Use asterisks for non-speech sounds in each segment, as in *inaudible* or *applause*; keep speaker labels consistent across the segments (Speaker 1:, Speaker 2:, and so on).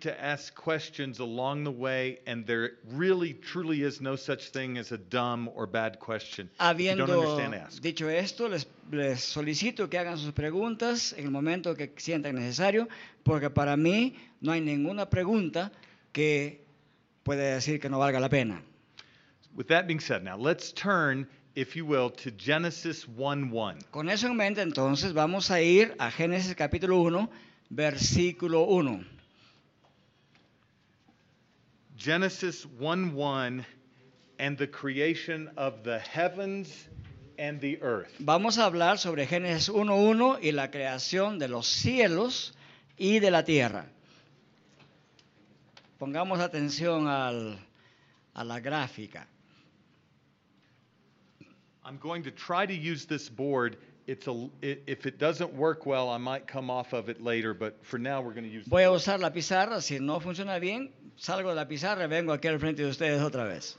Speaker 1: to ask questions along the way, and there really, truly is no such thing as a dumb or bad question. If you don't
Speaker 2: Habiendo
Speaker 1: understand, ask.
Speaker 2: dicho esto, les, les solicito que hagan sus preguntas en el momento que sientan necesario, porque para mí no hay ninguna pregunta que pueda decir que no valga la pena.
Speaker 1: With that being said, now let's turn, if you will, to Genesis 1 1.
Speaker 2: Con eso en mente, entonces vamos a ir a Génesis capítulo 1, versículo 1.
Speaker 1: Genesis 1 1 and the creation of the heavens and the earth.
Speaker 2: Vamos a hablar sobre Génesis 1.1 y la creación de los cielos y de la tierra. Pongamos atención al- a la gráfica.
Speaker 1: I'm going to try to use this board. It's a, i- if it doesn't work well, I might come off of it later, but for now, we're going to use the
Speaker 2: Voy a
Speaker 1: board.
Speaker 2: usar la pizarra, si no funciona bien, salgo de la pizarra y vengo aquí al frente de ustedes otra vez.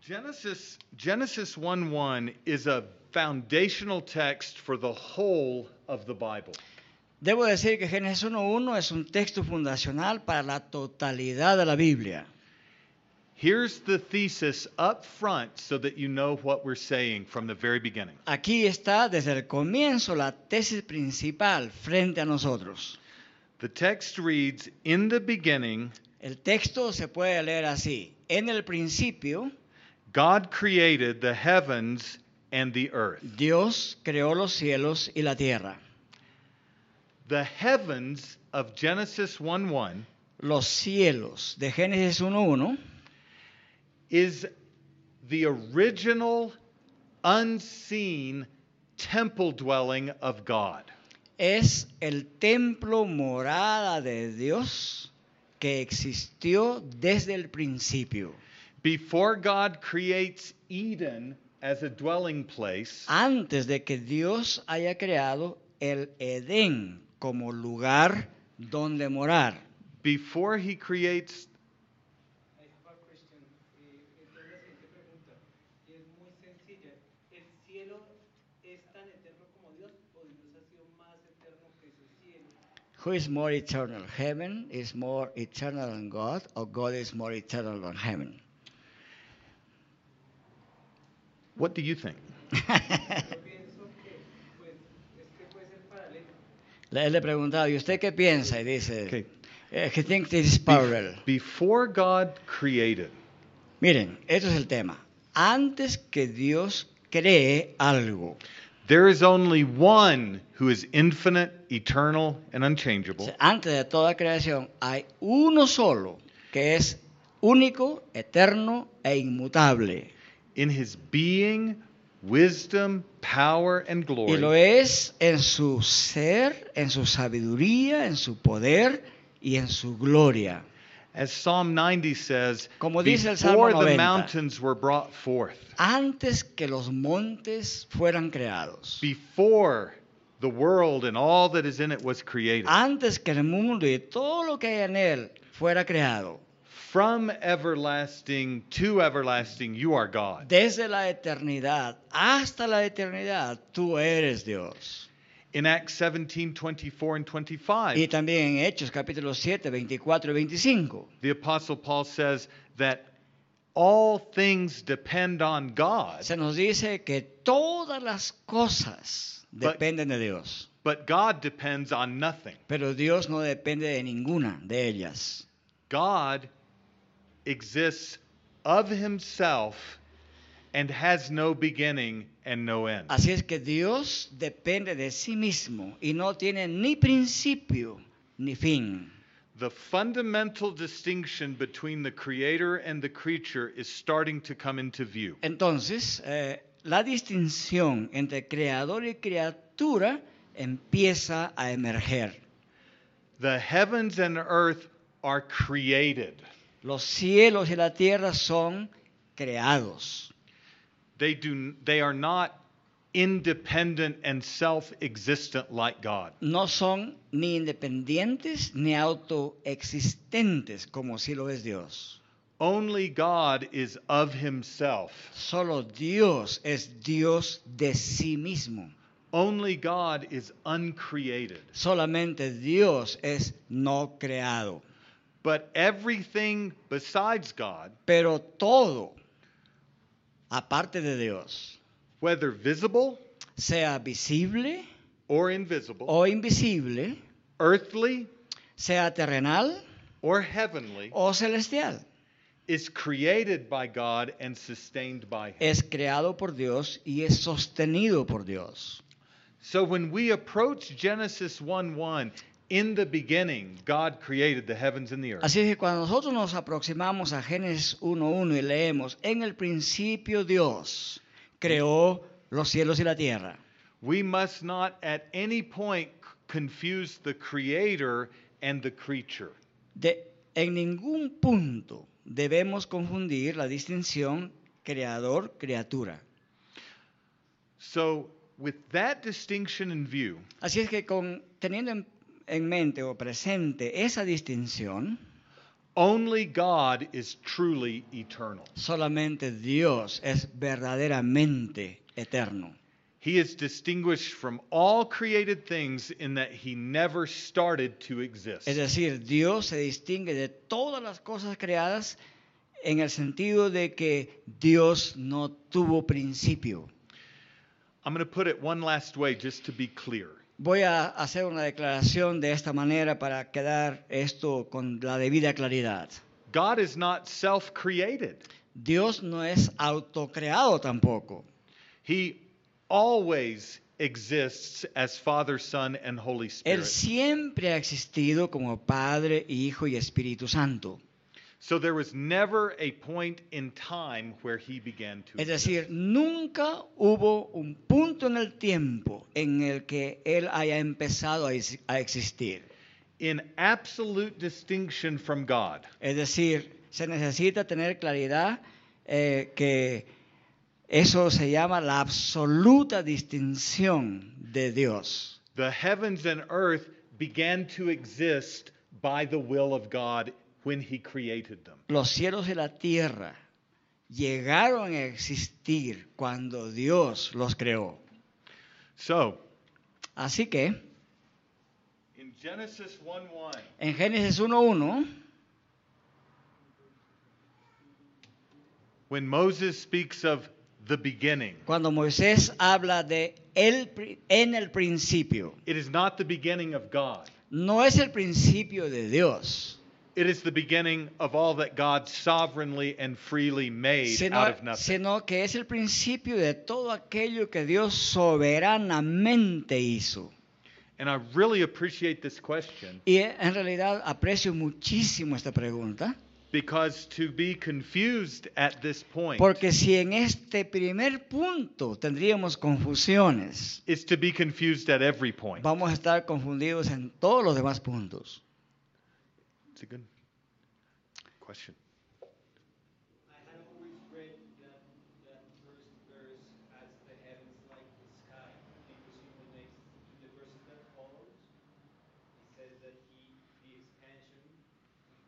Speaker 1: Genesis Genesis 1:1 is a foundational text for the whole of the Bible.
Speaker 2: Debo decir que Génesis 1.1 es un texto fundacional para la totalidad de la Biblia.
Speaker 1: Here's the thesis up front so that you know what we're saying from the very beginning.
Speaker 2: Aquí está desde el comienzo la tesis principal frente a nosotros.
Speaker 1: The text reads, "In the beginning,
Speaker 2: El texto se puede leer así. En el principio,
Speaker 1: God created the heavens and the earth."
Speaker 2: Dios creó los cielos y la tierra.
Speaker 1: The heavens of Genesis 1:1
Speaker 2: Los cielos de Génesis 1.1
Speaker 1: is the original unseen temple dwelling of God.
Speaker 2: es el templo morada de Dios que existió desde el principio.
Speaker 1: Before God creates Eden as a dwelling place,
Speaker 2: Ah. Antes de que Dios haya creado el Edén como lugar donde morar.
Speaker 1: before he creates
Speaker 3: I have a question. Eh, esta es la siguiente pregunta. Y es muy sencilla. ¿El cielo es tan eterno como Dios o Dios ha sido más eterno que su cielo?
Speaker 2: Who is more eternal, heaven is more eternal than God, or God is more eternal than heaven? *laughs*
Speaker 1: what do you think?
Speaker 3: Yo pienso que, pues, es que puede ser paralelo.
Speaker 2: Le, le he preguntado, ¿y usted qué piensa? Y dice,
Speaker 1: Okay.
Speaker 2: eh, he thinks it is parallel.
Speaker 1: Before God created,
Speaker 2: Miren, esto es el tema. Antes que Dios cree algo,
Speaker 1: there is only one who is infinite, eternal, and
Speaker 2: o
Speaker 1: unchangeable.
Speaker 2: sea, antes de toda creación, hay uno solo que es único, eterno e inmutable.
Speaker 1: In his being, wisdom, power, and
Speaker 2: Y lo
Speaker 1: glory,
Speaker 2: es en su ser, en su sabiduría, en su poder y en su gloria.
Speaker 1: as Psalm 90 says,
Speaker 2: Como dice el Salmo
Speaker 1: before the
Speaker 2: 90.
Speaker 1: mountains were brought forth,
Speaker 2: Antes que los montes fueran creados.
Speaker 1: before the world and all that is in it was created.
Speaker 2: antes que el mundo y todo lo que hay en él fuera creado,
Speaker 1: From everlasting to everlasting, you are God.
Speaker 2: desde la eternidad hasta la eternidad, tú eres Dios.
Speaker 1: In Acts 17 24 and
Speaker 2: Y
Speaker 1: 25,
Speaker 2: también en Hechos capítulo 7, 24 y 25,
Speaker 1: the Apostle Paul says that all things depend on God,
Speaker 2: se nos dice que todas las cosas dependen de Dios,
Speaker 1: but God depends on nothing.
Speaker 2: pero Dios no depende de ninguna de ellas.
Speaker 1: God exists of himself and has no beginning and no end.
Speaker 2: Así es que Dios depende de sí mismo y no tiene ni principio ni fin.
Speaker 1: The fundamental distinction between the creator and the creature is starting to come into view.
Speaker 2: Entonces, eh, la distinción entre creador y criatura empieza a emerger.
Speaker 1: The heavens and earth are created.
Speaker 2: Los cielos y la tierra son creados.
Speaker 1: They do they are not independent and self-existent like God.
Speaker 2: No son ni independientes ni autoexistentes como si lo es Dios.
Speaker 1: Only God is of himself.
Speaker 2: Solo Dios es Dios de sí mismo.
Speaker 1: Only God is uncreated,
Speaker 2: Solamente Dios es no creado.
Speaker 1: but everything besides God,
Speaker 2: Pero todo, aparte de Dios,
Speaker 1: whether visible
Speaker 2: sea visible
Speaker 1: or invisible,
Speaker 2: o invisible,
Speaker 1: earthly
Speaker 2: sea terrenal
Speaker 1: or heavenly,
Speaker 2: o celestial,
Speaker 1: is created by God and sustained by Him.
Speaker 2: es creado por Dios y es sostenido por Dios.
Speaker 1: So when we approach Genesis 1 1, in the beginning, God created the heavens and the earth.
Speaker 2: Así es que cuando nosotros nos aproximamos a Génesis 1.1 y leemos, en el principio Dios creó los cielos y la tierra.
Speaker 1: We must not at any point c- confuse the creator and the creature.
Speaker 2: De- en ningún punto debemos confundir la distinción creador-criatura.
Speaker 1: So, with that distinction in view,
Speaker 2: Así es que con, teniendo en, en mente o presente esa distinción,
Speaker 1: only God is truly eternal.
Speaker 2: solamente Dios es verdaderamente eterno.
Speaker 1: He is distinguished from all created things in that he never started to exist.
Speaker 2: Es decir, Dios se distingue de todas las cosas creadas en el sentido de que Dios no tuvo principio.
Speaker 1: I'm going to put it one last way just to be clear.
Speaker 2: Voy a hacer una declaración de esta manera para quedar esto con la debida claridad.
Speaker 1: God is not self created,
Speaker 2: Dios no es autocreado tampoco.
Speaker 1: He always exists as Father, Son, and Holy
Speaker 2: Él
Speaker 1: Spirit.
Speaker 2: siempre ha existido como Padre, Hijo y Espíritu Santo.
Speaker 1: So there was never a point in time where he began to exist.
Speaker 2: Es decir, nunca hubo un punto en el tiempo en el que Él haya empezado a ex- a existir.
Speaker 1: in absolute distinction from God.
Speaker 2: Es decir, se necesita tener claridad eh, que eso se llama la absoluta distinción de Dios.
Speaker 1: The heavens and earth began to exist by the will of God when he created them.
Speaker 2: Los cielos y la tierra llegaron a existir cuando Dios los creó.
Speaker 1: So,
Speaker 2: Así que
Speaker 1: in Genesis 1 1,
Speaker 2: en Génesis 1.1,
Speaker 1: when Moses speaks of the beginning,
Speaker 2: cuando Moisés habla de el, pri- en el principio,
Speaker 1: it is not the beginning of God,
Speaker 2: no es el principio de Dios,
Speaker 1: it is the beginning of all that God sovereignly and freely made out of
Speaker 2: sino,
Speaker 1: nothing.
Speaker 2: sino que es el principio de todo aquello que Dios soberanamente hizo.
Speaker 1: And I really appreciate this question
Speaker 2: Y eh, en realidad aprecio muchísimo esta pregunta,
Speaker 1: because to be confused at this point
Speaker 2: porque si en este primer punto tendríamos confusiones,
Speaker 1: is to be confused at every point.
Speaker 2: vamos a estar confundidos en todos los demás puntos.
Speaker 1: It's a good question.
Speaker 3: I had always read that, that first verse as the heavens like the sky, because in the next, in the verse that follows, it says that he, the expansion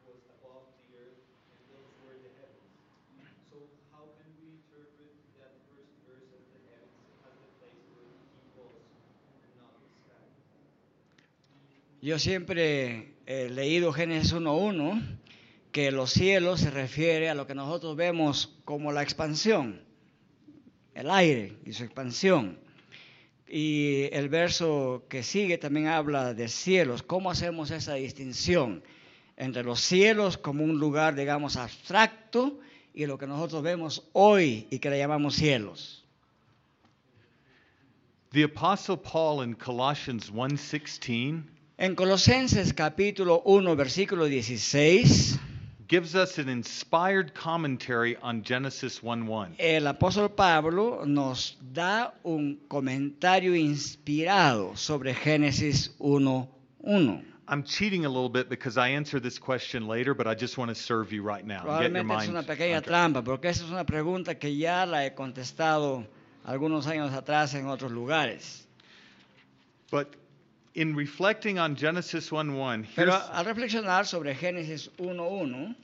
Speaker 3: was above the earth, and those were the heavens. So how can we interpret that first verse as the heavens as the place where he was, and not the sky?
Speaker 2: Yo siempre he leído Génesis 1.1 que los cielos se refiere a lo que nosotros vemos como la expansión, el aire y su expansión. Y el verso que sigue también habla de cielos. ¿Cómo hacemos esa distinción entre los cielos como un lugar, digamos, abstracto y lo que nosotros vemos hoy y que le llamamos cielos?
Speaker 1: The apostle Paul in Colossians 1:16
Speaker 2: En Colosenses capítulo 1, versículo 16.
Speaker 1: gives us an inspired commentary on Genesis 1:1.
Speaker 2: El apóstol Pablo nos da un comentario inspirado sobre Génesis 1.1.
Speaker 1: I'm cheating a little bit because I answer this question later, but I just want to serve you right now. and Get your
Speaker 2: Probablemente es
Speaker 1: mind
Speaker 2: una pequeña
Speaker 1: under-
Speaker 2: trampa, porque esa es una pregunta que ya la he contestado algunos años atrás en otros lugares.
Speaker 1: But in reflecting on Genesis 1:1,
Speaker 2: Pero
Speaker 1: here's,
Speaker 2: al reflexionar sobre Génesis 1.1,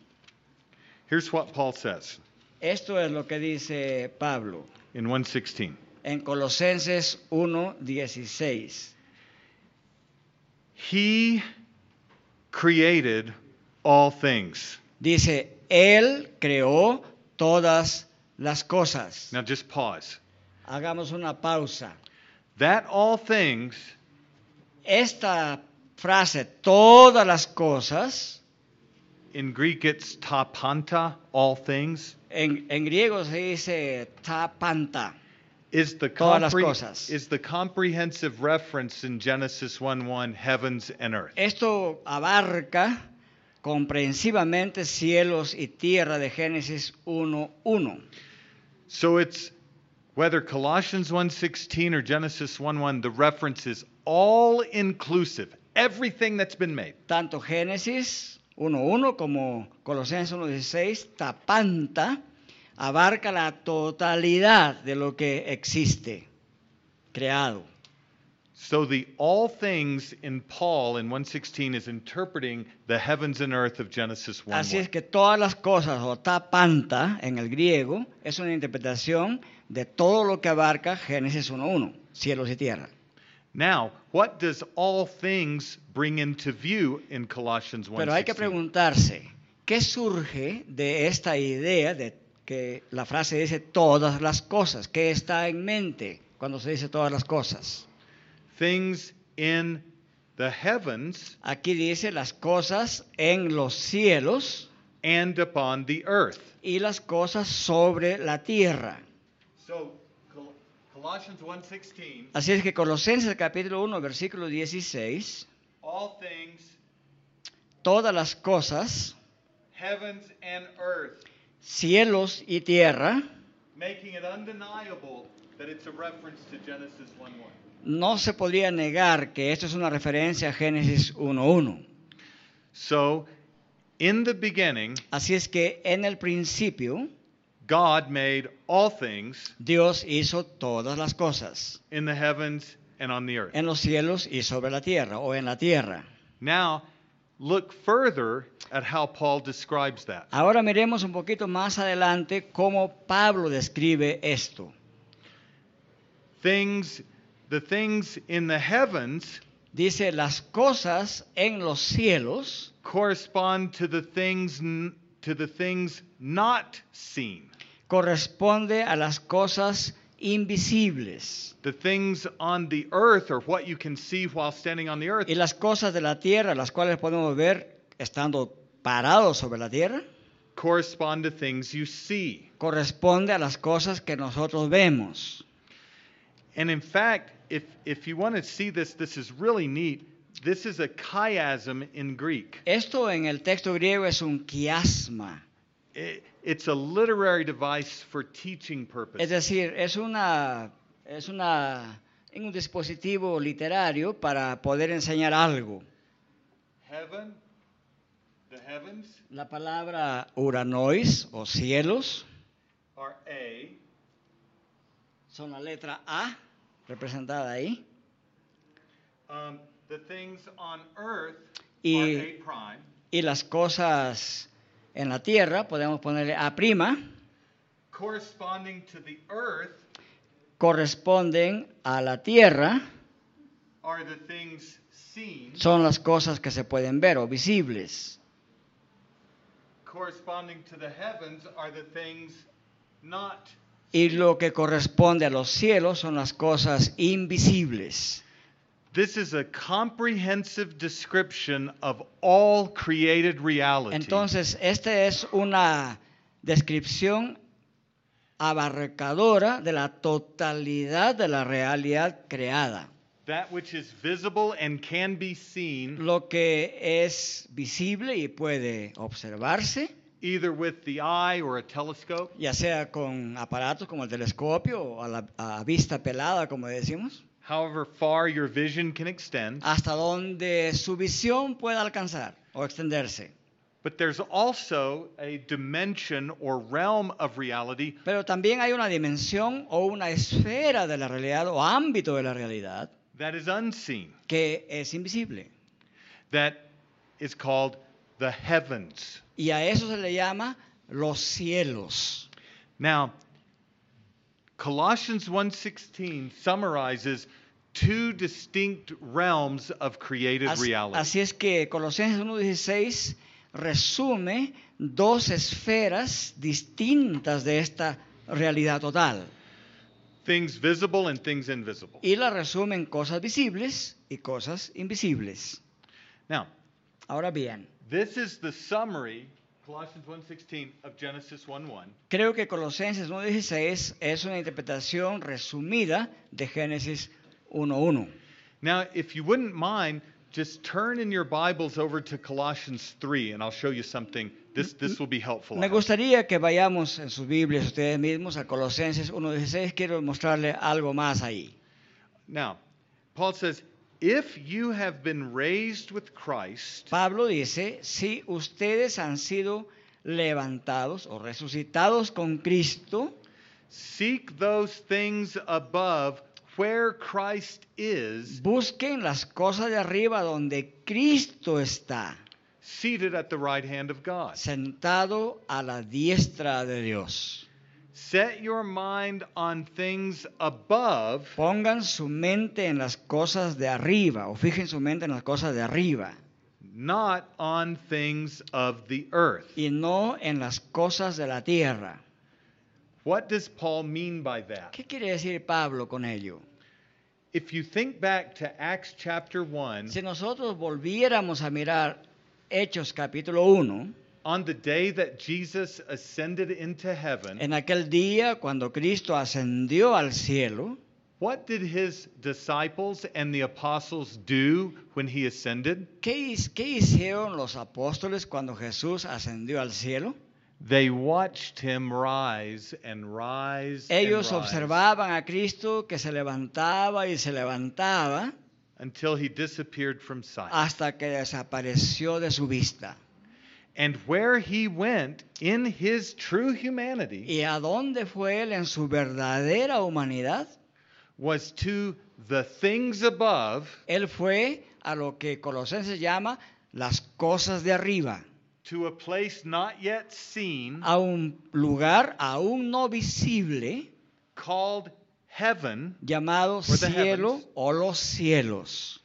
Speaker 1: here's what Paul says
Speaker 2: esto es lo que dice Pablo.
Speaker 1: in 1:16.
Speaker 2: en Colosenses 1:16.
Speaker 1: He created all things.
Speaker 2: Dice, Él creó todas las cosas.
Speaker 1: Now just pause.
Speaker 2: Hagamos una pausa.
Speaker 1: That all things
Speaker 2: Esta frase, todas las cosas,
Speaker 1: in Greek it's tapanta, all things,
Speaker 2: en, en griego se dice tapanta.
Speaker 1: is the
Speaker 2: Todas las
Speaker 1: compre-
Speaker 2: cosas.
Speaker 1: is the comprehensive reference in Genesis 1:1 heavens and earth.
Speaker 2: Esto abarca comprensivamente cielos y tierra de Génesis 1.1.
Speaker 1: So it's whether Colossians 1:16 or Genesis 1:1 the reference is all inclusive, everything that's been made.
Speaker 2: Tanto Génesis 1.1 como Colosenses 1.16, tapanta, abarca la totalidad de lo que existe, creado.
Speaker 1: So the all things in Paul in 1:16 is interpreting the heavens and earth of Genesis 1.
Speaker 2: Así es que todas las cosas, o tapanta en el griego, es una interpretación de todo lo que abarca Génesis 1.1, cielos y tierra.
Speaker 1: Now, what does all things bring into view in Colossians 1?
Speaker 2: Pero hay que preguntarse, ¿qué surge de esta idea de que la frase dice todas las cosas? ¿Qué está en mente cuando se dice todas las cosas?
Speaker 1: Things in the heavens
Speaker 2: Aquí dice las cosas en los cielos
Speaker 1: and upon the earth.
Speaker 2: y las cosas sobre la tierra.
Speaker 1: So Col- Colossians 1:16
Speaker 2: Así es que Colosenses capítulo 1, versículo 16,
Speaker 1: all things
Speaker 2: todas las cosas,
Speaker 1: heavens and earth,
Speaker 2: cielos y tierra,
Speaker 1: making it undeniable that it's a reference to Genesis 1 1.
Speaker 2: no se podría negar que esto es una referencia a Génesis 1.1.
Speaker 1: So, in the beginning,
Speaker 2: Así es que en el principio
Speaker 1: God made all things
Speaker 2: Dios hizo todas las cosas,
Speaker 1: in the heavens and on the earth.
Speaker 2: en los cielos y sobre la tierra, o en la tierra.
Speaker 1: Now, look further at how Paul describes that.
Speaker 2: Ahora miremos un poquito más adelante cómo Pablo describe esto.
Speaker 1: Things, the things in the heavens
Speaker 2: Dice, las cosas en los cielos
Speaker 1: correspond to the things n- to the things not seen,
Speaker 2: corresponde a las cosas invisibles.
Speaker 1: the things on the earth, or what you can see while standing on the earth.
Speaker 2: Y las cosas de la tierra, las cuales podemos ver estando parados sobre la tierra,
Speaker 1: correspond to things you see.
Speaker 2: corresponde a las cosas que nosotros vemos.
Speaker 1: And in fact, if, if you want to see this, this is really neat. This is a chiasm in Greek.
Speaker 2: Esto en el texto griego es un quiasma,
Speaker 1: It- it's a literary device for teaching
Speaker 2: es
Speaker 1: purposes.
Speaker 2: decir, es una es una en un dispositivo literario para poder enseñar algo.
Speaker 1: Heaven, the heavens
Speaker 2: La palabra uranois o cielos
Speaker 1: are A,
Speaker 2: son la letra A representada ahí
Speaker 1: um, the things on earth
Speaker 2: Y-
Speaker 1: prime,
Speaker 2: y las cosas en la tierra podemos ponerle A prima
Speaker 1: corresponding to the earth
Speaker 2: corresponden a la tierra
Speaker 1: are the things seen,
Speaker 2: son las cosas que se pueden ver o visibles
Speaker 1: corresponding to the heavens are the things not
Speaker 2: y lo que corresponde a los cielos son las cosas invisibles.
Speaker 1: This is a comprehensive description of all created reality.
Speaker 2: Entonces, esta es una descripción abarcadora de la totalidad de la realidad creada.
Speaker 1: that which is visible and can be seen
Speaker 2: Lo que es visible y puede observarse,
Speaker 1: either with the eye or a telescope,
Speaker 2: ya sea con aparatos como el telescopio o a, la, a vista pelada, como decimos,
Speaker 1: however far your vision can extend.
Speaker 2: hasta donde su visión pueda alcanzar o extenderse.
Speaker 1: But there's also a dimension or realm of reality
Speaker 2: Pero también hay una dimensión o una esfera de la realidad o ámbito de la realidad
Speaker 1: that is unseen,
Speaker 2: que es invisible.
Speaker 1: that is called the heavens.
Speaker 2: Y a eso se le llama los cielos.
Speaker 1: Now, Colossians 1:16 summarizes two distinct realms of created
Speaker 2: Así,
Speaker 1: reality.
Speaker 2: así es que Colosenses 1.16 resume dos esferas distintas de esta realidad total.
Speaker 1: Things visible and things invisible.
Speaker 2: Y la resume en cosas visibles y cosas invisibles.
Speaker 1: Now,
Speaker 2: Ahora bien,
Speaker 1: this is the summary Colossians 1:16 of Genesis 1:1.
Speaker 2: creo que Colosenses 1.16 es una interpretación resumida de Génesis 1.1.
Speaker 1: Now, if you wouldn't mind, just turn in your Bibles over to Colossians 3 and I'll show you something. This this will be helpful.
Speaker 2: Me gustaría que vayamos en sus Biblias ustedes mismos a Colosenses 1.16. Quiero mostrarle algo más ahí.
Speaker 1: Now, Paul says, if you have been raised with Christ,
Speaker 2: Pablo dice, si ustedes han sido levantados o resucitados con Cristo,
Speaker 1: Seek those things above where Christ is,
Speaker 2: busquen las cosas de arriba donde Cristo está,
Speaker 1: seated at the right hand of God.
Speaker 2: sentado a la diestra de Dios.
Speaker 1: Set your mind on things above,
Speaker 2: Pongan su mente en las cosas de arriba o fijen su mente en las cosas de arriba
Speaker 1: not on things of the earth.
Speaker 2: y no en las cosas de la tierra.
Speaker 1: What does Paul mean by that?
Speaker 2: ¿Qué quiere decir Pablo con ello?
Speaker 1: If you think back to Acts chapter 1,
Speaker 2: Si nosotros volviéramos a mirar Hechos capítulo 1,
Speaker 1: on the day that Jesus ascended into heaven,
Speaker 2: En aquel día, cuando Cristo ascendió al cielo,
Speaker 1: what did his disciples and the apostles do when he ascended?
Speaker 2: ¿qué, his- qué hicieron los apóstoles cuando Jesús ascendió al cielo?
Speaker 1: They watched him rise and rise
Speaker 2: Ellos
Speaker 1: and rise
Speaker 2: observaban a Cristo que se levantaba y se levantaba
Speaker 1: until he disappeared from sight.
Speaker 2: hasta que desapareció de su vista.
Speaker 1: and where he went in his true humanity
Speaker 2: ¿Y a dónde fue él en su verdadera humanidad?
Speaker 1: was to the things above,
Speaker 2: Él fue a lo que Colosenses llama las cosas de arriba,
Speaker 1: to a place not yet seen
Speaker 2: a un lugar aún no visible
Speaker 1: called heaven,
Speaker 2: llamado
Speaker 1: Or the
Speaker 2: cielo
Speaker 1: heavens.
Speaker 2: o los cielos.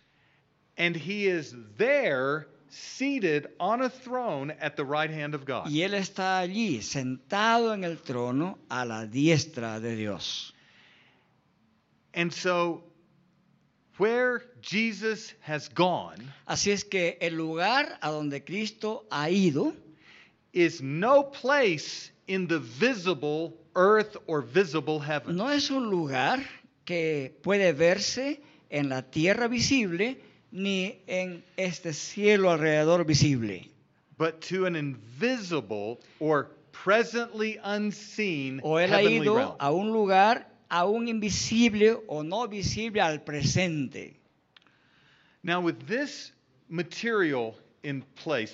Speaker 1: and he is there seated on a throne at the right hand of God.
Speaker 2: Y Él está allí, sentado en el trono a la diestra de Dios.
Speaker 1: And so, where Jesus has gone
Speaker 2: Así es que el lugar a donde Cristo ha ido
Speaker 1: is no place in the visible earth or visible heaven.
Speaker 2: no es un lugar que puede verse en la tierra visible ni en este cielo alrededor visible,
Speaker 1: But to an invisible or presently unseen
Speaker 2: o Él ha
Speaker 1: heavenly
Speaker 2: ido
Speaker 1: realm.
Speaker 2: a un lugar aún invisible o no visible al presente.
Speaker 1: Now, with this material in place,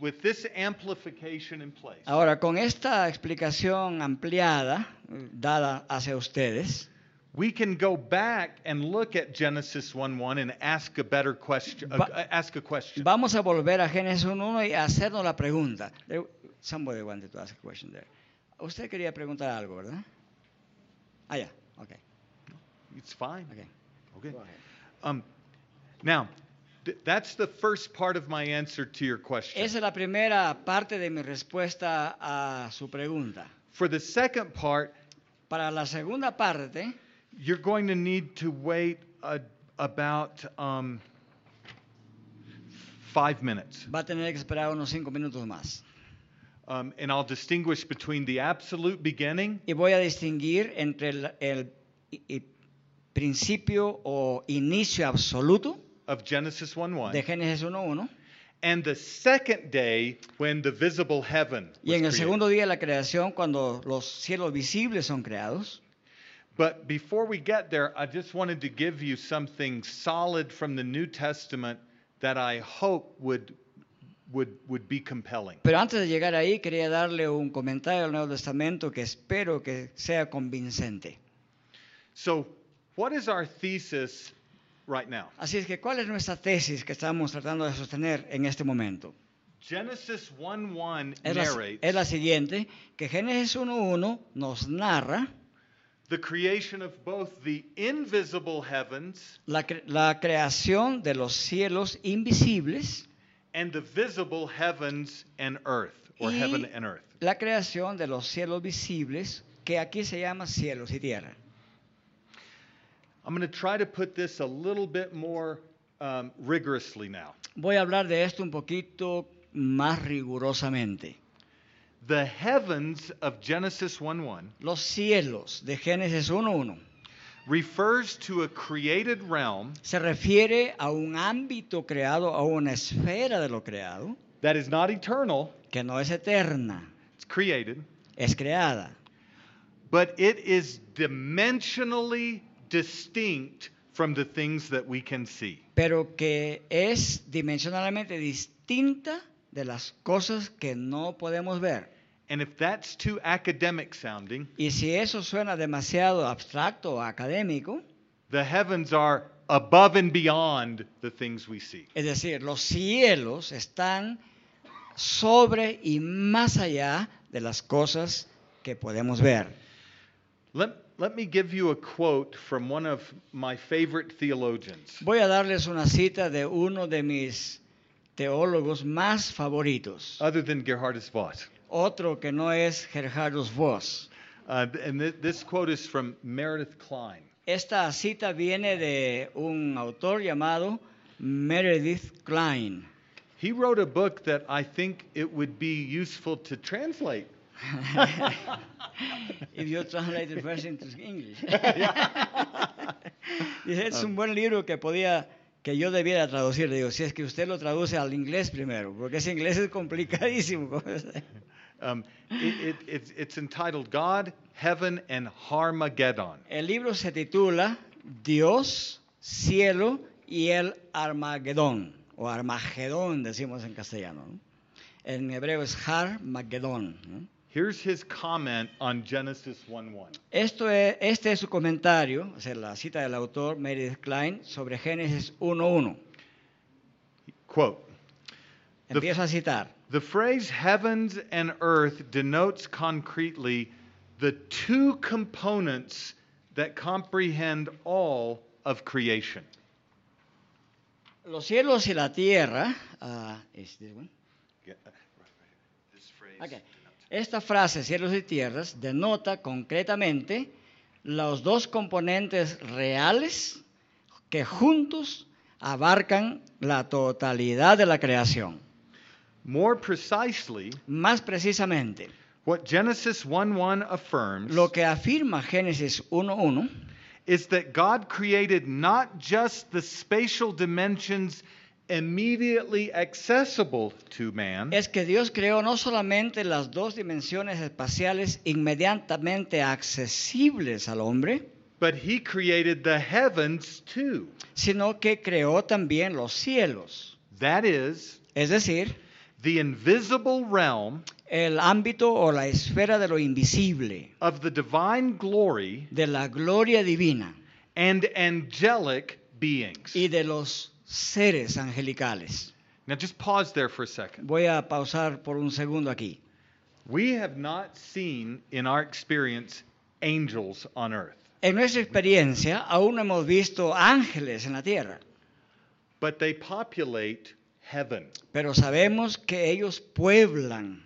Speaker 1: with this amplification in place,
Speaker 2: Ahora, con esta explicación ampliada eh, dada hacia ustedes,
Speaker 1: we can go back and look at Genesis 1 1 and ask a better question. uh,
Speaker 2: Va-
Speaker 1: uh, ask a question.
Speaker 2: vamos a volver a Génesis 1.1 y a hacernos la pregunta. There- Somebody wanted to ask a question there. Usted quería preguntar algo, ¿verdad? Ah, ya, ok,
Speaker 1: It's fine.
Speaker 2: ok.
Speaker 1: Okay. Um, now, th- that's the first part of my answer to your question.
Speaker 2: Esa es la primera parte de mi respuesta a su pregunta.
Speaker 1: For the second part,
Speaker 2: Para la segunda parte,
Speaker 1: you're going to need to wait a, about um, five minutes.
Speaker 2: va a tener que esperar unos cinco minutos más.
Speaker 1: Um, and I'll distinguish between the absolute beginning
Speaker 2: Y voy a distinguir entre el, el- i- i- principio o inicio absoluto
Speaker 1: of Genesis 1 1
Speaker 2: de Génesis 1.1
Speaker 1: and the second day when the visible heaven was
Speaker 2: y en el
Speaker 1: created.
Speaker 2: segundo día de la creación cuando los cielos visibles son creados.
Speaker 1: But before we get there, I just wanted to give you something solid from the New Testament that I hope would would would be compelling.
Speaker 2: Pero antes de llegar ahí quería darle un comentario al Nuevo Testamento que espero que sea convincente.
Speaker 1: So, what is our thesis right now?
Speaker 2: Así es que, ¿cuál es nuestra tesis que estamos tratando de sostener en este momento?
Speaker 1: Genesis 1:1
Speaker 2: Es la,
Speaker 1: narrates
Speaker 2: es la siguiente, que Génesis 1.1 nos narra
Speaker 1: the creation of both the invisible heavens
Speaker 2: la, cre- la creación de los cielos invisibles
Speaker 1: and the visible heavens and earth, or
Speaker 2: y
Speaker 1: heaven and earth.
Speaker 2: la creación de los cielos visibles, que aquí se llama cielos y tierra.
Speaker 1: I'm going to try to put this a little bit more um, rigorously now.
Speaker 2: Voy a hablar de esto un poquito más rigurosamente.
Speaker 1: The heavens of Genesis 1 1
Speaker 2: Los cielos de Génesis 1.1
Speaker 1: refers to a created realm
Speaker 2: se refiere a un ámbito creado, a una esfera de lo creado,
Speaker 1: that is not eternal,
Speaker 2: que no es eterna,
Speaker 1: it's created,
Speaker 2: es creada,
Speaker 1: but it is dimensionally distinct from the things that we can see.
Speaker 2: pero que es dimensionalmente distinta de las cosas que no podemos ver.
Speaker 1: And if that's too academic sounding,
Speaker 2: Y si eso suena demasiado abstracto o académico,
Speaker 1: the heavens are above and beyond the things we see.
Speaker 2: es decir, los cielos están sobre y más allá de las cosas que podemos ver.
Speaker 1: Let, let me give you a quote from one of my favorite theologians.
Speaker 2: Voy a darles una cita de uno de mis teólogos más favoritos,
Speaker 1: other than Gerhardus Voss.
Speaker 2: otro que no es Gerhardus Voss.
Speaker 1: Uh, and th- this quote is from Meredith Klein.
Speaker 2: Esta cita viene de un autor llamado Meredith Klein. *laughs*
Speaker 1: He wrote a book that I think it would be useful to translate.
Speaker 2: If you translate the verse into English. *laughs*
Speaker 1: Yeah.
Speaker 2: Dice, es un buen libro que podía que yo debiera traducir. Le digo, si es que usted lo traduce al inglés primero, porque ese inglés es complicadísimo. *laughs*
Speaker 1: Um, it, it, it's, it's entitled God, Heaven, and Harmageddon.
Speaker 2: El libro se titula Dios, cielo y el Armagedón, o Armagedón decimos en castellano. ¿no? En hebreo es Harmagedón. ¿no?
Speaker 1: Here's his comment on Genesis 1 1.
Speaker 2: Esto es- este es su comentario, o sea, la cita del autor Meredith Klein sobre Génesis 1.1.
Speaker 1: Quote The-
Speaker 2: Empiezo a citar.
Speaker 1: The phrase heavens and earth denotes concretely the two components that comprehend all of creation.
Speaker 2: Los cielos y la tierra. ah, is this one? Ok. Esta frase, cielos y tierras, denota concretamente los dos componentes reales que juntos abarcan la totalidad de la creación.
Speaker 1: More precisely,
Speaker 2: Más precisamente,
Speaker 1: what Genesis 1 1 affirms
Speaker 2: lo que afirma Génesis 1.1
Speaker 1: is that God created not just the spatial dimensions immediately accessible to man,
Speaker 2: es que Dios creó no solamente las dos dimensiones espaciales inmediatamente accesibles al hombre,
Speaker 1: but He created the heavens too.
Speaker 2: sino que creó también los cielos,
Speaker 1: That is,
Speaker 2: es decir,
Speaker 1: the invisible realm
Speaker 2: el ámbito o la esfera de lo invisible,
Speaker 1: of the divine glory
Speaker 2: de la gloria divina
Speaker 1: and angelic beings.
Speaker 2: y de los seres angelicales.
Speaker 1: Now, just pause there for a second.
Speaker 2: Voy a pausar por un segundo aquí.
Speaker 1: We have not seen in our experience angels on earth,
Speaker 2: En nuestra experiencia aún no hemos visto ángeles en la tierra,
Speaker 1: but they populate heaven.
Speaker 2: pero sabemos que ellos pueblan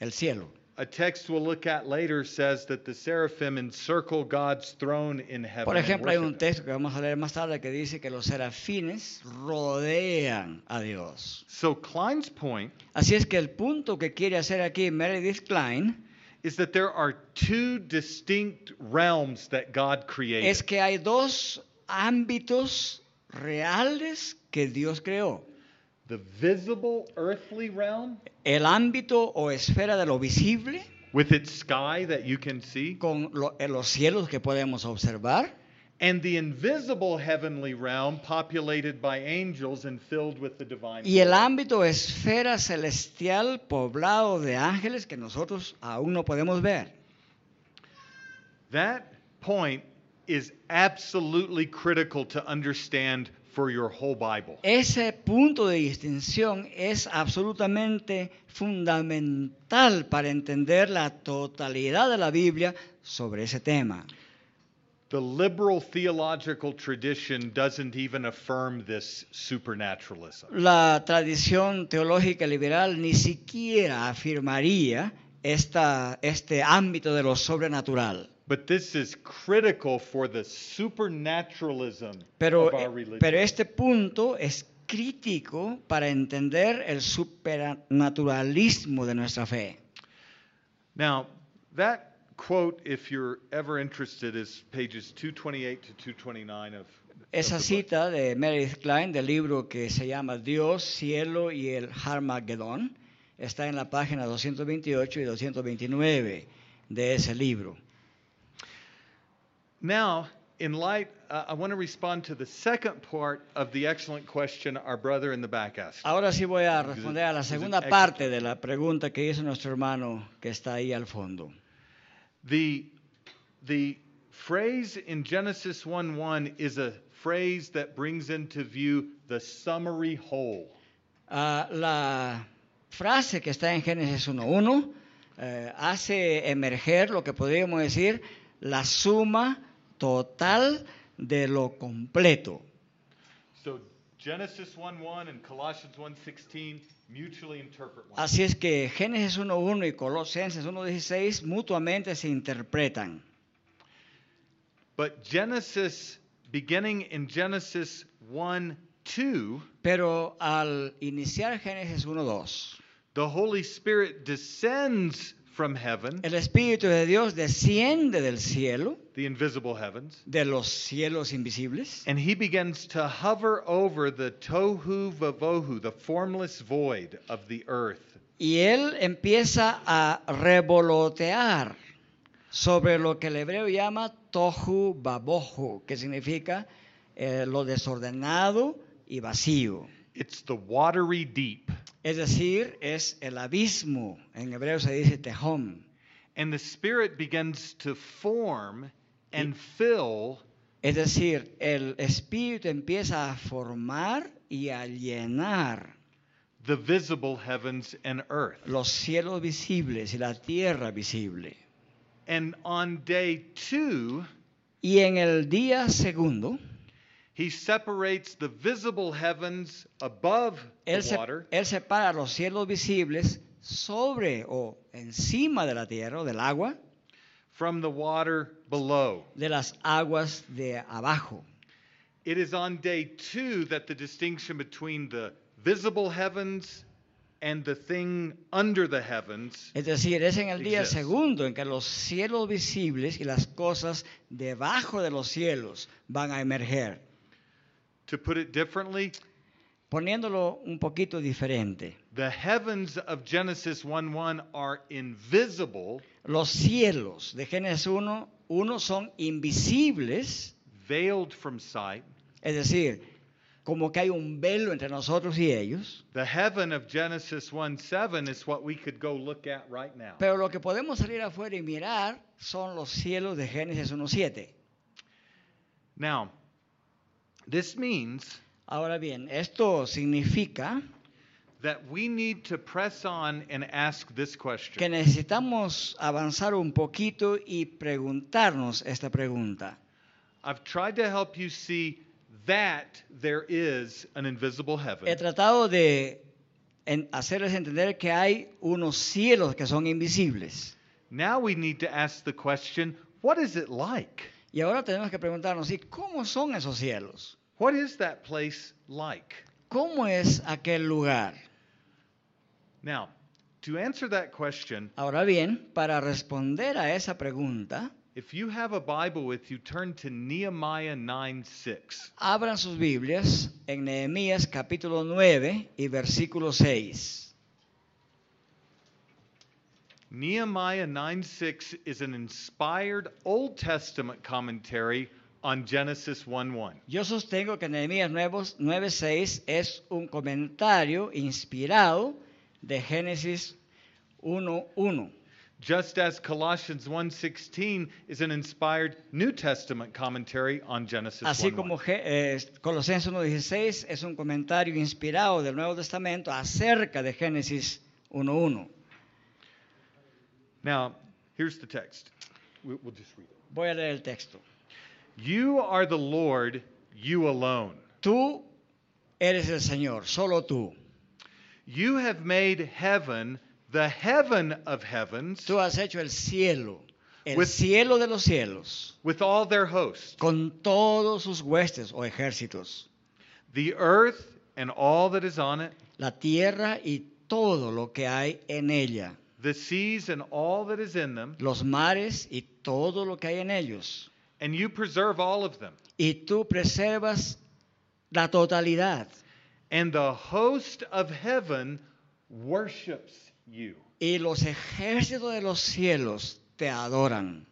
Speaker 2: el cielo.
Speaker 1: A text we'll look at later says that the seraphim encircle God's throne in heaven.
Speaker 2: Por
Speaker 1: and
Speaker 2: ejemplo, hay
Speaker 1: Ah, worship
Speaker 2: un
Speaker 1: him.
Speaker 2: texto que vamos a leer más tarde que dice que los serafines rodean a Dios.
Speaker 1: So Klein's point
Speaker 2: Así es que el punto que quiere hacer aquí Meredith Klein
Speaker 1: is that there are two distinct realms that God created.
Speaker 2: es que hay dos ámbitos reales que Dios creó.
Speaker 1: the visible earthly realm
Speaker 2: El ámbito o esfera de lo visible,
Speaker 1: with its sky that you can see,
Speaker 2: con lo- en los cielos que podemos observar,
Speaker 1: and the invisible heavenly realm populated by angels and filled with the divine.
Speaker 2: y el
Speaker 1: glory.
Speaker 2: ámbito o esfera celestial poblado de ángeles que nosotros aún no podemos ver.
Speaker 1: that point is absolutely critical to understand for your whole Bible.
Speaker 2: Ese punto de distinción es absolutamente fundamental para entender la totalidad de la Biblia sobre ese tema.
Speaker 1: The liberal theological tradition doesn't even affirm this supernaturalism.
Speaker 2: La tradición teológica liberal ni siquiera afirmaría esta, este ámbito de lo sobrenatural.
Speaker 1: But this is critical for the supernaturalism
Speaker 2: Pero,
Speaker 1: of our
Speaker 2: eh,
Speaker 1: religion.
Speaker 2: pero este punto es crítico para entender el supernaturalismo de nuestra fe.
Speaker 1: Now, that quote, if you're ever interested, is pages 228 to 229 of. of
Speaker 2: Esa
Speaker 1: the book.
Speaker 2: cita de Meredith Klein del libro que se llama Dios, Cielo y el Harmagedón está en la página 228 y 229 de ese libro.
Speaker 1: Now, in light, uh, I want to respond to the second part of the excellent question our brother in the back asked.
Speaker 2: Ahora sí voy a
Speaker 1: Is it-
Speaker 2: responder a la
Speaker 1: is it
Speaker 2: segunda
Speaker 1: ex-
Speaker 2: parte de la pregunta que hizo nuestro hermano que está ahí al fondo.
Speaker 1: The, the phrase in Genesis 1 1 is a phrase that brings into view the summary whole.
Speaker 2: Ah, la frase que está en Génesis 1.1 eh, hace emerger lo que podríamos decir la suma total de lo completo.
Speaker 1: So Genesis 1 1 and Colossians 1 mutually interpret one.
Speaker 2: Así es que Génesis 1.1 y Colosenses 1.16 mutuamente se interpretan.
Speaker 1: But Genesis, beginning in Genesis 1 2,
Speaker 2: Pero al iniciar Génesis 1.2,
Speaker 1: the Holy Spirit descends from heaven,
Speaker 2: el Espíritu de Dios desciende del cielo,
Speaker 1: the invisible heavens,
Speaker 2: de los cielos invisibles,
Speaker 1: and he begins to hover over the tohu vavohu, the formless void of the earth.
Speaker 2: y él empieza a revolotear sobre lo que el hebreo llama tohu babohu, que significa eh, lo desordenado y vacío.
Speaker 1: It's the watery deep.
Speaker 2: Es decir, es el abismo. En hebreo se dice tehom.
Speaker 1: And the Spirit begins to form and fill
Speaker 2: Es decir, el espíritu empieza a formar y a llenar
Speaker 1: the visible heavens and earth.
Speaker 2: los cielos visibles y la tierra visible.
Speaker 1: And on day two,
Speaker 2: Y en el día segundo,
Speaker 1: he separates the visible heavens above
Speaker 2: él,
Speaker 1: the
Speaker 2: se-
Speaker 1: water
Speaker 2: él separa los cielos visibles sobre o encima de la tierra o del agua,
Speaker 1: from the water below.
Speaker 2: de las aguas de abajo.
Speaker 1: It is on day two that the distinction between the visible heavens and the thing under the heavens
Speaker 2: Es decir, es en el día
Speaker 1: Exists.
Speaker 2: segundo en que los cielos visibles y las cosas debajo de los cielos van a emerger.
Speaker 1: to put it differently
Speaker 2: Poniéndolo un poquito diferente,
Speaker 1: the heavens of genesis 1 1 are invisible
Speaker 2: los cielos de Génesis 1, 1 son invisibles,
Speaker 1: veiled from sight
Speaker 2: es decir, como que hay un velo entre nosotros y ellos.
Speaker 1: the heaven of genesis 1 7 is what we could go look at right now
Speaker 2: Pero lo que podemos salir afuera y mirar son los cielos de Génesis 1.7.
Speaker 1: now this means
Speaker 2: Ahora bien, esto significa
Speaker 1: that we need to press on and ask this question
Speaker 2: que necesitamos avanzar un poquito y preguntarnos esta pregunta.
Speaker 1: I've tried to help you see that there is an invisible heaven.
Speaker 2: He tratado de en- hacerles entender que hay unos cielos que son invisibles.
Speaker 1: now we need to ask the question what is it like?
Speaker 2: Y ahora tenemos que preguntarnos, ¿y cómo son esos cielos?
Speaker 1: What is that place like?
Speaker 2: ¿Cómo es aquel lugar?
Speaker 1: Now, to answer that question,
Speaker 2: Ahora bien, para responder a esa pregunta,
Speaker 1: if you have a Bible with you, turn to Nehemiah 9 6.
Speaker 2: Abran sus Biblias en Nehemías capítulo 9 y versículo 6.
Speaker 1: Nehemiah 9 6 is an inspired Old Testament commentary on Genesis 1 1.
Speaker 2: Yo sostengo que Nehemías 9, 6 es un comentario inspirado de Génesis 1, 1.
Speaker 1: just as Colossians 1:16 is an inspired New Testament commentary on Genesis
Speaker 2: Así
Speaker 1: 1:1.
Speaker 2: como Ge- eh, Colosenses 1, 16 es un comentario inspirado del Nuevo Testamento acerca de Génesis 1, 1.
Speaker 1: Now, here's the text. We- We'll just read it.
Speaker 2: Voy a leer el texto.
Speaker 1: You are the Lord, you alone.
Speaker 2: Tú eres el Señor, solo tú.
Speaker 1: You have made heaven the heaven of heavens
Speaker 2: Tú has hecho el cielo, el
Speaker 1: With-
Speaker 2: cielo de los cielos,
Speaker 1: with all their hosts,
Speaker 2: con todos sus huestes o ejércitos,
Speaker 1: the earth and all that is on it,
Speaker 2: la tierra y todo lo que hay en ella,
Speaker 1: the seas and all that is in them,
Speaker 2: los mares y todo lo que hay en ellos.
Speaker 1: and you preserve all of them.
Speaker 2: Y tú preservas la totalidad.
Speaker 1: And the host of heaven worships you.
Speaker 2: Y los ejércitos de los cielos te adoran.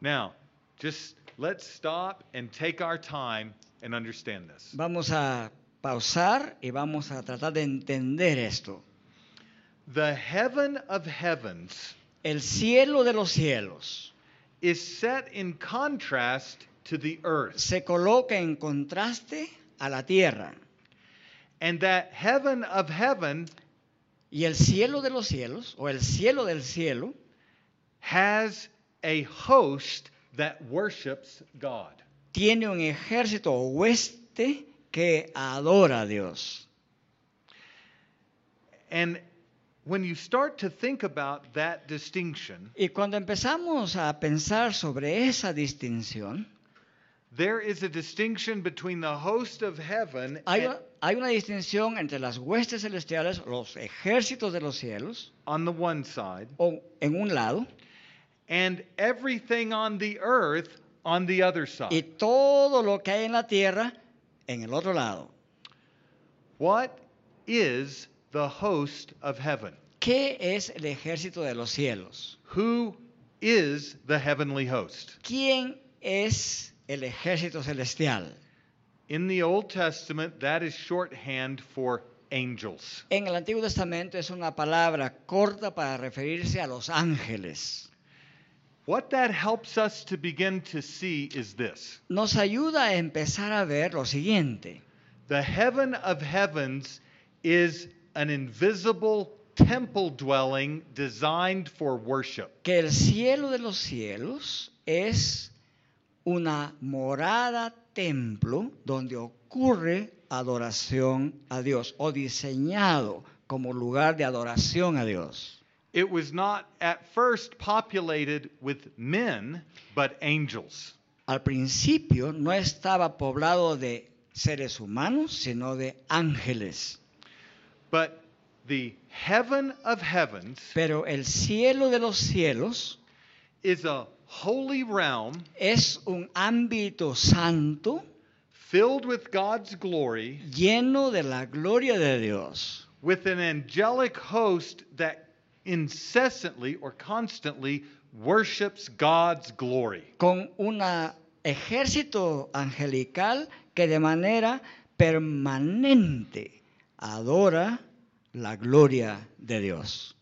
Speaker 1: Now, just let's stop and take our time and understand this.
Speaker 2: Vamos a pausar y vamos a tratar de entender esto.
Speaker 1: The heaven of heavens
Speaker 2: El cielo de los cielos
Speaker 1: is set in contrast to the earth.
Speaker 2: se coloca en contraste a la tierra.
Speaker 1: And that heaven of heaven
Speaker 2: Y el cielo de los cielos, o el cielo del cielo,
Speaker 1: has a host that worships God.
Speaker 2: tiene un ejército o hueste que adora a Dios.
Speaker 1: And when you start to think about that distinction,
Speaker 2: Y cuando empezamos a pensar sobre esa distinción,
Speaker 1: there is a distinction between the host of heaven
Speaker 2: hay,
Speaker 1: and-
Speaker 2: hay una distinción entre las huestes celestiales, los ejércitos de los cielos,
Speaker 1: on the one side
Speaker 2: o en un lado,
Speaker 1: and everything on the earth on the other
Speaker 2: y
Speaker 1: side.
Speaker 2: todo lo que hay en la tierra en el otro lado.
Speaker 1: What is the host of heaven?
Speaker 2: ¿Qué es el ejército de los cielos?
Speaker 1: Who is the heavenly host?
Speaker 2: ¿Quién es el ejército celestial?
Speaker 1: In the Old Testament, that is shorthand for angels.
Speaker 2: En el Antiguo Testamento es una palabra corta para referirse a los ángeles.
Speaker 1: What that helps us to begin to see is this
Speaker 2: Nos ayuda a empezar a ver lo siguiente.
Speaker 1: the heaven of heavens is an invisible temple dwelling designed for worship.
Speaker 2: que el cielo de los cielos es una morada templo donde ocurre adoración a Dios o diseñado como lugar de adoración a Dios.
Speaker 1: It was not at first populated with men, but angels.
Speaker 2: Al principio no estaba poblado de seres humanos, sino de ángeles.
Speaker 1: But the heaven of heavens
Speaker 2: Pero el cielo de los cielos
Speaker 1: is a holy realm
Speaker 2: es un ámbito santo
Speaker 1: filled with God's glory,
Speaker 2: lleno de la gloria de Dios.
Speaker 1: with an angelic host that incessantly or constantly worships God's glory.
Speaker 2: con un ejército angelical que de manera permanente adora la gloria de Dios.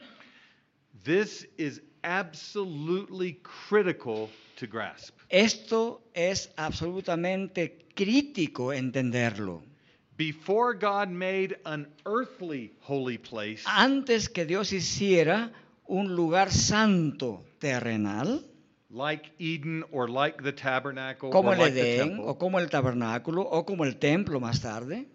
Speaker 1: This is absolutely critical to grasp
Speaker 2: Esto es absolutamente crítico entenderlo.
Speaker 1: before God made an earthly holy place,
Speaker 2: Antes que Dios hiciera un lugar santo terrenal,
Speaker 1: like Eden or like the tabernacle
Speaker 2: como
Speaker 1: or
Speaker 2: el
Speaker 1: like the
Speaker 2: Edén,
Speaker 1: temple,
Speaker 2: o como el tabernáculo, o como el templo más tarde,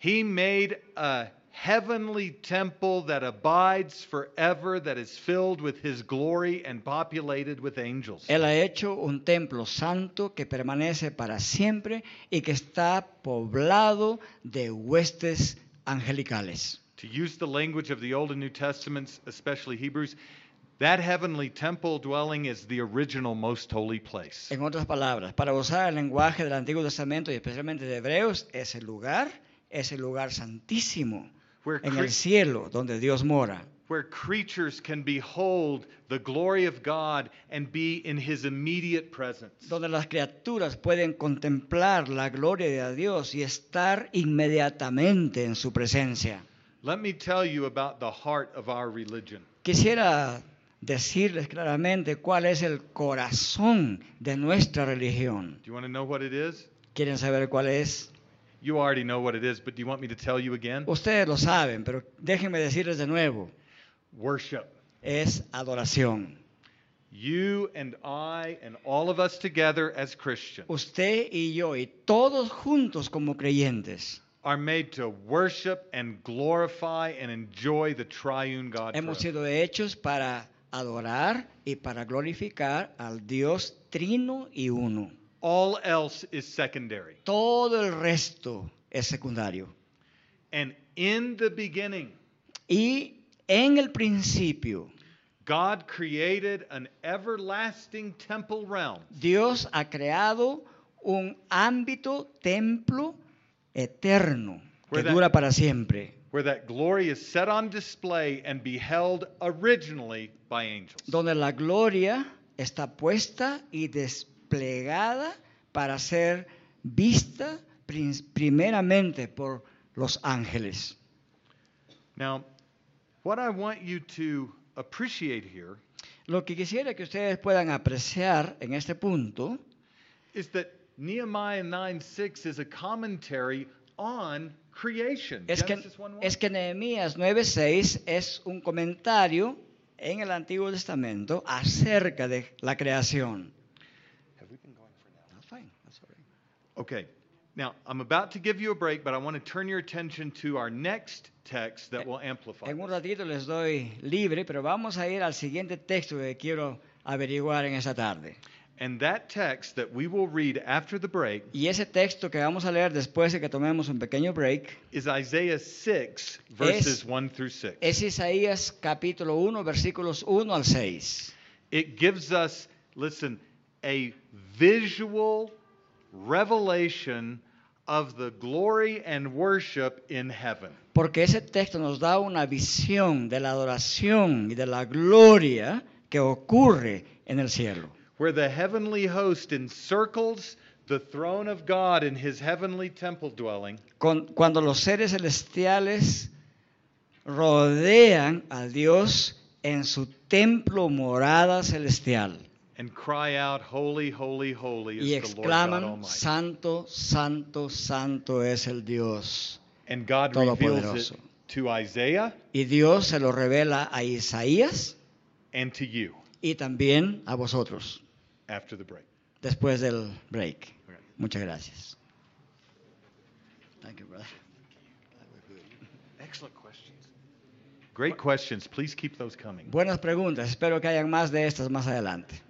Speaker 1: He made a heavenly temple that abides forever, that is filled with His glory and populated with angels.
Speaker 2: Él ha hecho un templo santo que permanece para siempre y que está poblado de huestes angelicales.
Speaker 1: to use the language of the Old and New Testaments, especially Hebrews, that heavenly temple dwelling is the original most holy place.
Speaker 2: En otras palabras, para usar el lenguaje del Antiguo Testamento y especialmente de Hebreos, ese lugar es el lugar santísimo
Speaker 1: Where,
Speaker 2: en
Speaker 1: cre-
Speaker 2: el cielo donde Dios mora,
Speaker 1: where creatures can behold the glory of God and be in His immediate presence.
Speaker 2: donde las criaturas pueden contemplar la gloria de Dios y estar inmediatamente en su presencia.
Speaker 1: Let me tell you about the heart of our religion.
Speaker 2: Quisiera decirles claramente cuál es el corazón de nuestra religión.
Speaker 1: Do you want to know what it is?
Speaker 2: ¿Quieren saber cuál es?
Speaker 1: You already know what it is, but do you want me to tell you again?
Speaker 2: Ustedes lo saben, pero déjenme decirles de nuevo.
Speaker 1: Worship.
Speaker 2: Es adoración.
Speaker 1: You and I and all of us together as Christians
Speaker 2: Usted y yo y todos juntos como creyentes
Speaker 1: are made to worship and glorify and enjoy the triune God.
Speaker 2: hemos
Speaker 1: forever.
Speaker 2: sido hechos para adorar y para glorificar al Dios trino y uno.
Speaker 1: All else is secondary.
Speaker 2: Todo el resto es secundario.
Speaker 1: And in the beginning,
Speaker 2: Y en el principio,
Speaker 1: God created an everlasting temple realm
Speaker 2: Dios ha creado un ámbito, templo eterno, que
Speaker 1: Where that-
Speaker 2: dura para siempre,
Speaker 1: where that glory is set on display and beheld originally by angels.
Speaker 2: donde la gloria está puesta y desplegada para ser vista prin- primeramente por los ángeles.
Speaker 1: Now, what I want you to appreciate here
Speaker 2: Lo que quisiera que ustedes puedan apreciar en este punto
Speaker 1: is that Nehemiah 9 6 is a commentary on creation.
Speaker 2: es que,
Speaker 1: Genesis 1:1.
Speaker 2: es que Nehemías 9:6 es un comentario en el Antiguo Testamento acerca de la creación. Ah,
Speaker 1: Okay. Now, I'm about to give you a break, but I want to turn your attention to our next text that will amplify.
Speaker 2: En un
Speaker 1: this.
Speaker 2: ratito les doy libre, pero vamos a ir al siguiente texto que quiero averiguar en esta tarde.
Speaker 1: And that text that we will read after the break
Speaker 2: Y ese texto que vamos a leer después de que tomemos un pequeño break
Speaker 1: is Isaiah 6, verses 1 through 6.
Speaker 2: es Isaías capítulo 1, versículos 1 al 6.
Speaker 1: It gives us, listen, a visual revelation of the glory and worship in heaven.
Speaker 2: Porque ese texto nos da una visión de la adoración y de la gloria que ocurre en el cielo.
Speaker 1: where the heavenly host encircles the throne of God in his heavenly temple dwelling,
Speaker 2: Con- cuando los seres celestiales rodean a Dios en su templo morada celestial
Speaker 1: and cry out, Holy, holy, holy
Speaker 2: y
Speaker 1: is the Lord God
Speaker 2: exclaman,
Speaker 1: Almighty.
Speaker 2: Santo, Santo, Santo es el Dios.
Speaker 1: and God reveals
Speaker 2: Todopoderoso.
Speaker 1: it to Isaiah
Speaker 2: Y Dios se lo revela a Isaías
Speaker 1: and to you
Speaker 2: y también a vosotros
Speaker 1: after the break.
Speaker 2: después del break.
Speaker 1: Okay.
Speaker 2: Muchas gracias. Thank you, brother.
Speaker 1: Excellent questions. Great questions. Please keep those coming.
Speaker 2: Buenas preguntas. Espero que hayan más de estas más adelante.